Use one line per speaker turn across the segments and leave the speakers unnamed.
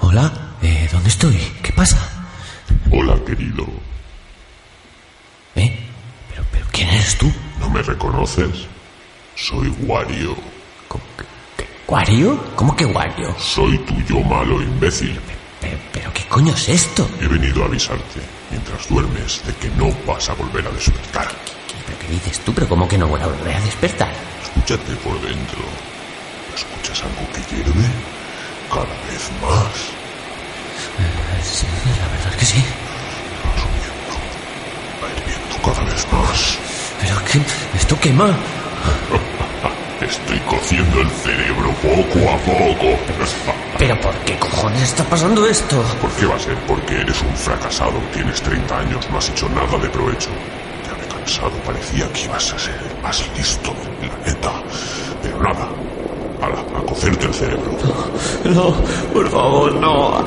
Hola, eh, ¿dónde estoy? ¿Qué pasa?
Hola, querido.
¿Eh? ¿Pero, pero quién eres tú?
¿No me reconoces? Soy Wario.
¿Cómo que- que- ¿Wario? ¿Cómo que Wario?
Soy tu yo malo, imbécil.
Pero, pero ¿qué coño es esto?
He venido a avisarte, mientras duermes, de que no vas a volver a despertar.
¿Pero qué dices tú? ¿Pero cómo que no voy a volver a despertar?
Escúchate por dentro. ¿Escuchas algo que hierve? Cada vez más.
Pues, Sí, la verdad es que sí.
Va hirviendo cada vez más.
Pero que esto quema.
Te estoy cociendo el cerebro poco a poco.
¿Pero por qué cojones está pasando esto?
¿Por qué va a ser? Porque eres un fracasado, tienes 30 años, no has hecho nada de provecho. Ya me he cansado, parecía que ibas a ser el más listo del planeta. Pero nada, Ala, a cocerte el cerebro.
No, por favor, no.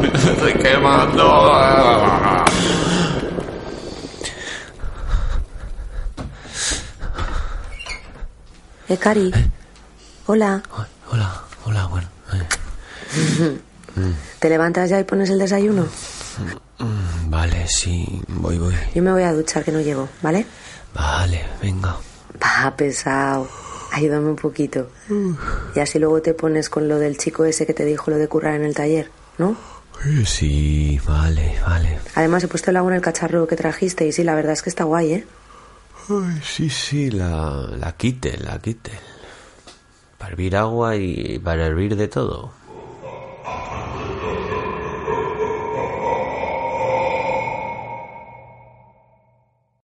me estoy quemando.
Eh, Cari. Hola.
Hola, hola, bueno. eh,
¿Te levantas ya y pones el desayuno?
Vale, sí, voy, voy.
Yo me voy a duchar que no llego, ¿vale?
Vale, venga.
Va, pesado. Ayúdame un poquito. Y así luego te pones con lo del chico ese que te dijo lo de currar en el taller, ¿no?
Eh, Sí, vale, vale.
Además he puesto el agua en el cacharro que trajiste y sí, la verdad es que está guay, ¿eh?
Ay, sí, sí, la, la quite, la quite. Para hervir agua y para hervir de todo.